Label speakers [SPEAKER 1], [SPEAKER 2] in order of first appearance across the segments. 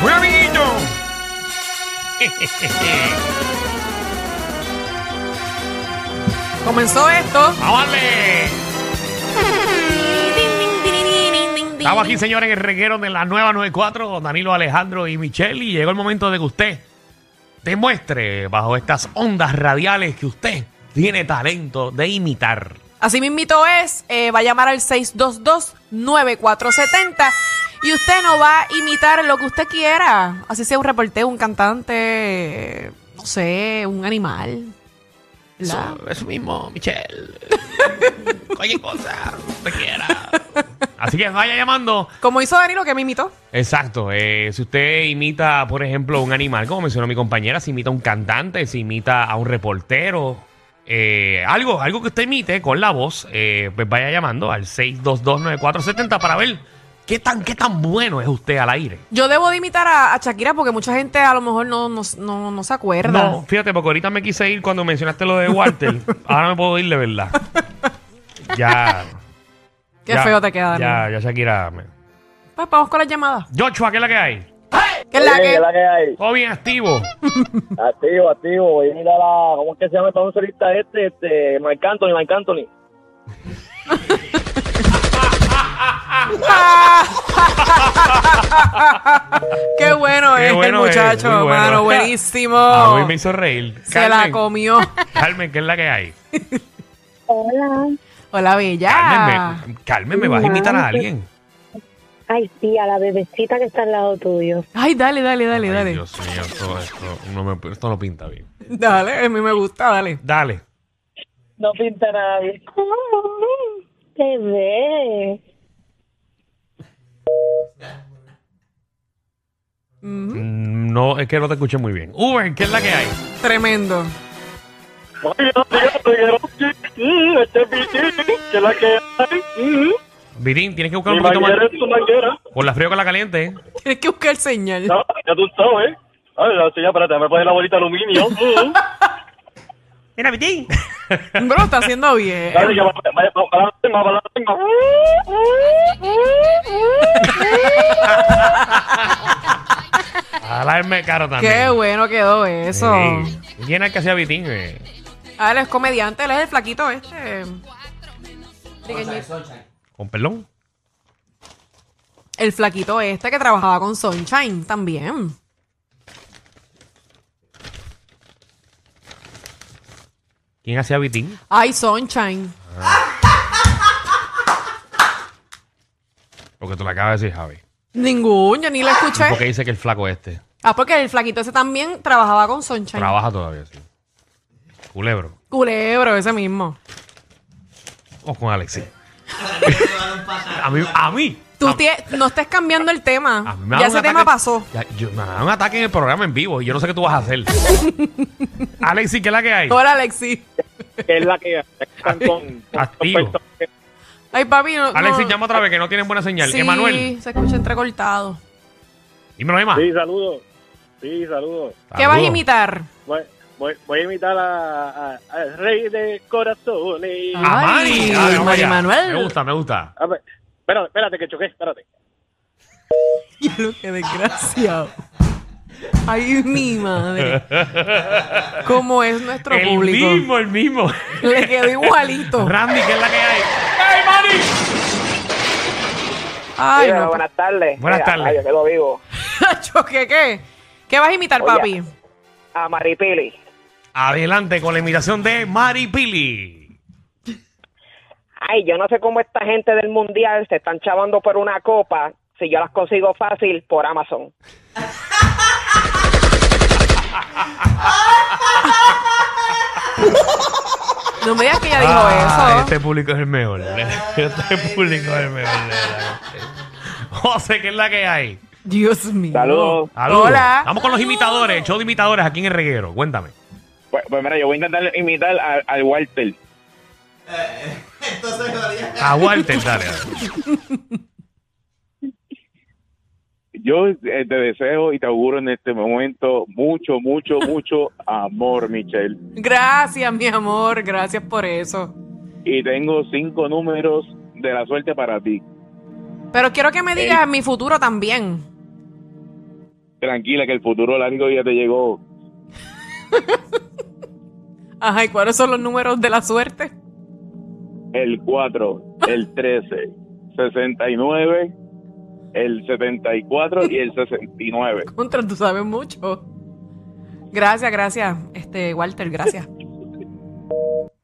[SPEAKER 1] ¡Buen amiguito!
[SPEAKER 2] Comenzó esto.
[SPEAKER 1] ¡Vamos a darle! Estamos aquí, señores, en el reguero de la nueva 94 con Danilo Alejandro y Michelle. Y llegó el momento de que usted demuestre bajo estas ondas radiales que usted tiene talento de imitar.
[SPEAKER 2] Así mismito es, eh, va a llamar al 622-9470 y usted no va a imitar lo que usted quiera. Así sea un reportero, un cantante, eh, no sé, un animal. ¿verdad?
[SPEAKER 1] Eso, eso mismo, Michelle. Cualquier cosa, te quiera. Así que vaya llamando.
[SPEAKER 2] Como hizo Danilo que me imitó.
[SPEAKER 1] Exacto. eh, si usted imita, por ejemplo, un animal, como mencionó mi compañera, si imita a un cantante, si imita a un reportero, eh, algo, algo que usted imite con la voz, eh, pues vaya llamando al 6229470 para ver qué tan, qué tan bueno es usted al aire.
[SPEAKER 2] Yo debo de imitar a, a Shakira porque mucha gente a lo mejor no, no, no- no se acuerda.
[SPEAKER 1] No, fíjate, porque ahorita me quise ir cuando mencionaste lo de Walter. Ahora me puedo ir de verdad. Ya.
[SPEAKER 2] Qué
[SPEAKER 1] ya,
[SPEAKER 2] feo te queda, Danilo.
[SPEAKER 1] Ya, ya Shakira. me-
[SPEAKER 2] Pues vamos con las llamadas.
[SPEAKER 1] Joshua, ¿qué es la que hay?
[SPEAKER 2] ¿Qué es la
[SPEAKER 3] Oye,
[SPEAKER 2] que?
[SPEAKER 3] la que hay.
[SPEAKER 1] Todo bien activo.
[SPEAKER 3] Activo, activo. Voy a ir a la. ¿Cómo es que se llama el solista este? Este. Marc Anthony, Marc Anthony.
[SPEAKER 2] Qué bueno
[SPEAKER 1] Qué
[SPEAKER 2] es
[SPEAKER 1] bueno
[SPEAKER 2] el
[SPEAKER 1] es,
[SPEAKER 2] muchacho,
[SPEAKER 1] muy bueno.
[SPEAKER 2] hermano. Buenísimo.
[SPEAKER 1] A mí me hizo reír.
[SPEAKER 2] se la
[SPEAKER 1] Carmen,
[SPEAKER 2] comió.
[SPEAKER 1] Carmen, ¿qué es la que hay?
[SPEAKER 4] Hola.
[SPEAKER 2] Hola, bella.
[SPEAKER 1] Carmen, me, Carmen, ¿me vas a invitar a alguien?
[SPEAKER 4] Ay, sí, a la bebecita que está al lado tuyo.
[SPEAKER 2] Ay, dale, dale, dale,
[SPEAKER 1] Ay,
[SPEAKER 2] dale.
[SPEAKER 1] Dios mío, esto, esto no me- esto no pinta bien.
[SPEAKER 2] Dale, a mí me gusta, dale.
[SPEAKER 1] Dale.
[SPEAKER 3] No pinta nadie.
[SPEAKER 4] Te ve.
[SPEAKER 1] Mm, No, es que no te escuché muy bien. Uber, ¿qué es la que hay?
[SPEAKER 2] Tremendo.
[SPEAKER 3] Oye, oye, oye, oye, mm, este pitín, que la que hay. mm,
[SPEAKER 1] Vitín, tienes que buscar
[SPEAKER 3] Mi
[SPEAKER 1] un poquito más.
[SPEAKER 3] manguera es tu manguera.
[SPEAKER 1] Por la frío con la caliente. ¿eh?
[SPEAKER 2] Tienes que buscar señal.
[SPEAKER 3] No, ya tú sabes. A ver, la señora, espérate, me poner la bolita de aluminio. Mm.
[SPEAKER 1] Mira, Vitín.
[SPEAKER 2] Bro, lo está haciendo bien.
[SPEAKER 3] Dale, que va- vaya pa- para la cima, para la cima.
[SPEAKER 1] Alarme caro también.
[SPEAKER 2] Qué bueno quedó eso.
[SPEAKER 1] Sí. ¿Quién es el que hacía Vitín? eh?
[SPEAKER 2] Ah, él es comediante, él es el flaquito este. Pequeñito.
[SPEAKER 1] Con perdón.
[SPEAKER 2] El flaquito este que trabajaba con Sunshine también.
[SPEAKER 1] ¿Quién hacía Vitín?
[SPEAKER 2] Ay, Sunshine.
[SPEAKER 1] Porque tú le acabas de decir, Javi.
[SPEAKER 2] ¿Eh? Ningún, yo ni lo
[SPEAKER 1] Porque
[SPEAKER 2] escuché.
[SPEAKER 1] dice que el flaco este
[SPEAKER 2] Ah, porque el flaquito ese también trabajaba con Sunshine.
[SPEAKER 1] trabaja todavía sí. Culebro.
[SPEAKER 2] Culebro, ese mismo.
[SPEAKER 1] Vamos con Alexis. a mí, a mí.
[SPEAKER 2] Tú
[SPEAKER 1] a-
[SPEAKER 2] tie- no estés cambiando el
[SPEAKER 1] a
[SPEAKER 2] tema.
[SPEAKER 1] mí me
[SPEAKER 2] Ya
[SPEAKER 1] da un
[SPEAKER 2] ese tema
[SPEAKER 1] ataque-
[SPEAKER 2] pasó.
[SPEAKER 1] Ya, yo, me da un ataque en el programa en vivo y yo no sé qué tú vas a hacer. Alexis, ¿qué es la que hay?
[SPEAKER 2] Hola, Alexis.
[SPEAKER 3] Que es la que hay. Están con- con-
[SPEAKER 1] Activo.
[SPEAKER 2] Ay, papi. No,
[SPEAKER 1] Alexis,
[SPEAKER 2] no.
[SPEAKER 1] llama otra vez que no tienen buena señal.
[SPEAKER 2] Sí,
[SPEAKER 1] Emanuel,
[SPEAKER 2] se escucha entrecortado.
[SPEAKER 1] dímelo, Emma.
[SPEAKER 3] Sí, saludos. Sí, saludos.
[SPEAKER 2] ¿Qué vas a
[SPEAKER 1] Saludos.
[SPEAKER 2] imitar?
[SPEAKER 3] Voy, voy, voy a imitar a, a- al rey de corazones.
[SPEAKER 1] A Mari.
[SPEAKER 2] Ay,
[SPEAKER 1] Ah, vamos
[SPEAKER 2] Mari
[SPEAKER 1] allá.
[SPEAKER 2] Manuel.
[SPEAKER 1] Me gusta, me gusta.
[SPEAKER 3] A ver, espérate, espérate, que choqué, espérate.
[SPEAKER 2] Qué desgraciado. Ay, mi madre. ¿Cómo es nuestro
[SPEAKER 1] El
[SPEAKER 2] público?
[SPEAKER 1] mismo, el mismo.
[SPEAKER 2] Le quedó igualito.
[SPEAKER 1] Randy, ¿qué es la que hay? ¡Hey, Mari!
[SPEAKER 2] Ay,
[SPEAKER 5] Dímelo,
[SPEAKER 2] no.
[SPEAKER 5] buenas tardes.
[SPEAKER 1] Buenas
[SPEAKER 5] Eh,
[SPEAKER 1] tardes.
[SPEAKER 5] ay, yo que lo vivo.
[SPEAKER 2] Nacho, ¿Qué, qué? ¿Qué vas a imitar,
[SPEAKER 5] Oye.
[SPEAKER 2] papi?
[SPEAKER 5] A Maripili.
[SPEAKER 1] Adelante con la imitación de Mari Pili.
[SPEAKER 5] Ay, yo no sé cómo esta gente del mundial se están chavando por una copa si yo las consigo fácil por Amazon.
[SPEAKER 2] No me digas que ya dijo
[SPEAKER 1] Ah,
[SPEAKER 2] eso.
[SPEAKER 1] Este público es el mejor. Este público es el mejor. José, que es la que hay.
[SPEAKER 2] Dios mío.
[SPEAKER 6] Saludos.
[SPEAKER 1] Saludos.
[SPEAKER 2] Hola.
[SPEAKER 1] Vamos con los imitadores, el show de imitadores aquí en el reguero. Cuéntame.
[SPEAKER 6] Pues, pues mira, yo voy a intentar imitar al, al Walter.
[SPEAKER 7] Entonces, María,
[SPEAKER 1] Aguante, dale. dale.
[SPEAKER 6] Yo eh, te deseo y te auguro en este momento mucho, mucho, mucho amor, Michelle.
[SPEAKER 2] Gracias, mi amor. Gracias por eso.
[SPEAKER 6] Y tengo cinco números de la suerte para ti.
[SPEAKER 2] Pero quiero que me digas mi futuro también.
[SPEAKER 6] Tranquila, que el futuro largo ya te llegó.
[SPEAKER 2] Ajá, ¿y cuáles son los números de la suerte?
[SPEAKER 6] El 4, el 13, 69, el 74 y el 69.
[SPEAKER 2] Contra, tú sabes mucho. Gracias, gracias, este Walter, gracias.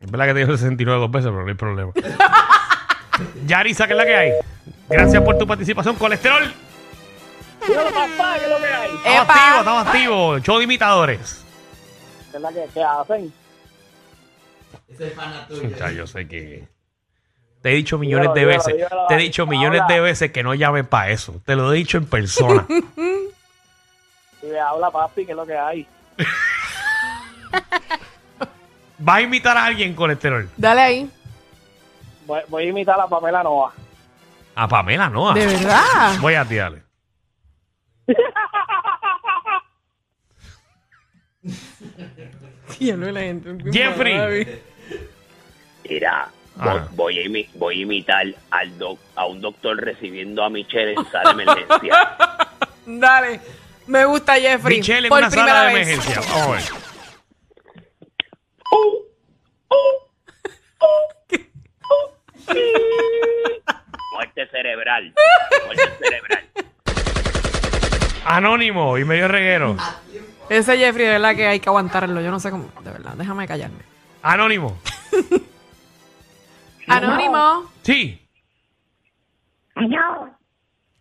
[SPEAKER 1] Es verdad que te digo el 69 dos veces, pero no hay problema. Yarisa, que es la que hay. Gracias por tu participación, colesterol.
[SPEAKER 5] Dímelo, papá, que es lo que hay.
[SPEAKER 1] Estamos
[SPEAKER 2] ¡Epa!
[SPEAKER 1] activos, estamos activos. Show de imitadores.
[SPEAKER 5] ¿Qué es la que que hacen?
[SPEAKER 7] ese es pana tuyo.
[SPEAKER 1] Ya, yo sé que. Te he dicho millones de veces.
[SPEAKER 5] dímelo,
[SPEAKER 1] Te he dicho millones de
[SPEAKER 5] habla.
[SPEAKER 1] veces que no llames para eso. Te lo he dicho en persona.
[SPEAKER 5] Y me habla, papi, que es lo que hay.
[SPEAKER 1] ¿Vas a imitar a alguien, colesterol?
[SPEAKER 2] Dale ahí.
[SPEAKER 5] Voy, voy a imitar a Pamela Noa.
[SPEAKER 1] A Pamela, no. a-
[SPEAKER 2] De verdad.
[SPEAKER 1] Voy a ti, dale.
[SPEAKER 2] Diablo, la gente es bien
[SPEAKER 1] Jeffrey.
[SPEAKER 2] mala,
[SPEAKER 8] Mira,
[SPEAKER 1] Ah.
[SPEAKER 8] voy, voy a imi- voy a imitar al doc- a un doctor recibiendo a Michelle en sala de emergencia.
[SPEAKER 2] Dale. Me gusta Jeffrey.
[SPEAKER 1] Michelle en
[SPEAKER 2] por
[SPEAKER 1] una
[SPEAKER 2] primera
[SPEAKER 1] sala de
[SPEAKER 2] vez.
[SPEAKER 1] emergencia. Vamos a ver.
[SPEAKER 8] Muerte cerebral. Muerte cerebral.
[SPEAKER 1] Anónimo y medio reguero.
[SPEAKER 7] Ah.
[SPEAKER 2] Ese Jeffrey, de verdad que hay que aguantarlo. Yo no sé cómo. De verdad, déjame callarme.
[SPEAKER 1] Anónimo.
[SPEAKER 2] Anónimo.
[SPEAKER 1] Sí.
[SPEAKER 4] No,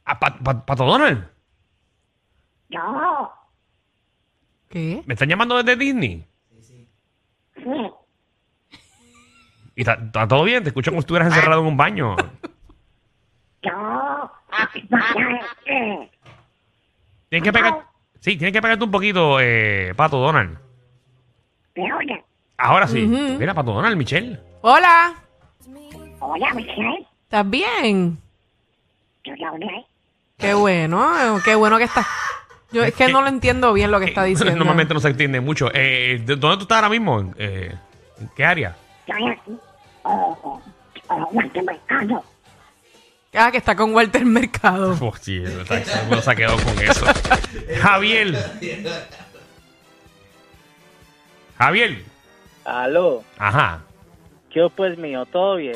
[SPEAKER 1] A Pa- Pa- Pato Donald.
[SPEAKER 4] no.
[SPEAKER 2] ¿Qué?
[SPEAKER 1] Me están llamando desde Disney. Y está, está todo bien, te escucho como si estuvieras encerrado en un baño. Tienes que pegar. Sí, tienes que pegarte un poquito, eh, Pato Donald. Ahora sí. Mira, Pato Donald, Michelle.
[SPEAKER 2] Hola.
[SPEAKER 4] Hola, Michelle.
[SPEAKER 2] ¿Estás bien?
[SPEAKER 4] Yo ya hablé.
[SPEAKER 2] Qué bueno. Qué bueno que estás. Yo es que no lo entiendo bien lo que está diciendo.
[SPEAKER 1] Normalmente Eh, no se entiende mucho. Eh, ¿de- ¿Dónde tú estás ahora mismo? Eh, ¿En qué área?
[SPEAKER 4] Estoy aquí. Oh, oh, oh, Walter Mercado.
[SPEAKER 2] Ah, que está con Walter Mercado.
[SPEAKER 1] Oh, sí, el taxi se ha quedado con eso. Javier. Javier.
[SPEAKER 5] Aló,
[SPEAKER 1] Ajá.
[SPEAKER 5] ¿qué pues mío? ¿Todo bien?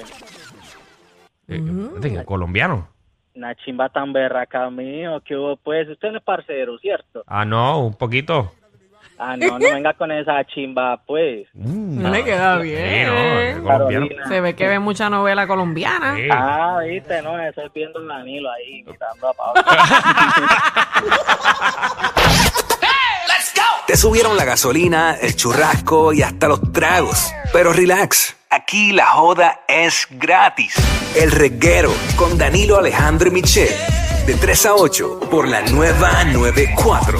[SPEAKER 1] Eh, espérate, colombiano.
[SPEAKER 5] Una chimba tan berraca mío, ¿qué hubo pues? Usted no es parcero, ¿cierto?
[SPEAKER 1] Ah, no, un poquito.
[SPEAKER 5] Ah, no, no venga con esa chimba, pues.
[SPEAKER 2] No le queda
[SPEAKER 1] Ah, Sí, no, eh,
[SPEAKER 2] bien.
[SPEAKER 1] colombiano.
[SPEAKER 5] Carolina.
[SPEAKER 2] Se ve que ve mucha novela colombiana.
[SPEAKER 1] Sí.
[SPEAKER 5] Ah, viste, no, eso es viendo a Danilo ahí, imitando a Pablo.
[SPEAKER 9] Te subieron la gasolina, el churrasco y hasta los tragos. Pero relax, aquí la joda es gratis. El reguero con Danilo Alejandro y Michel. De 3 a 8 por la nueva 94.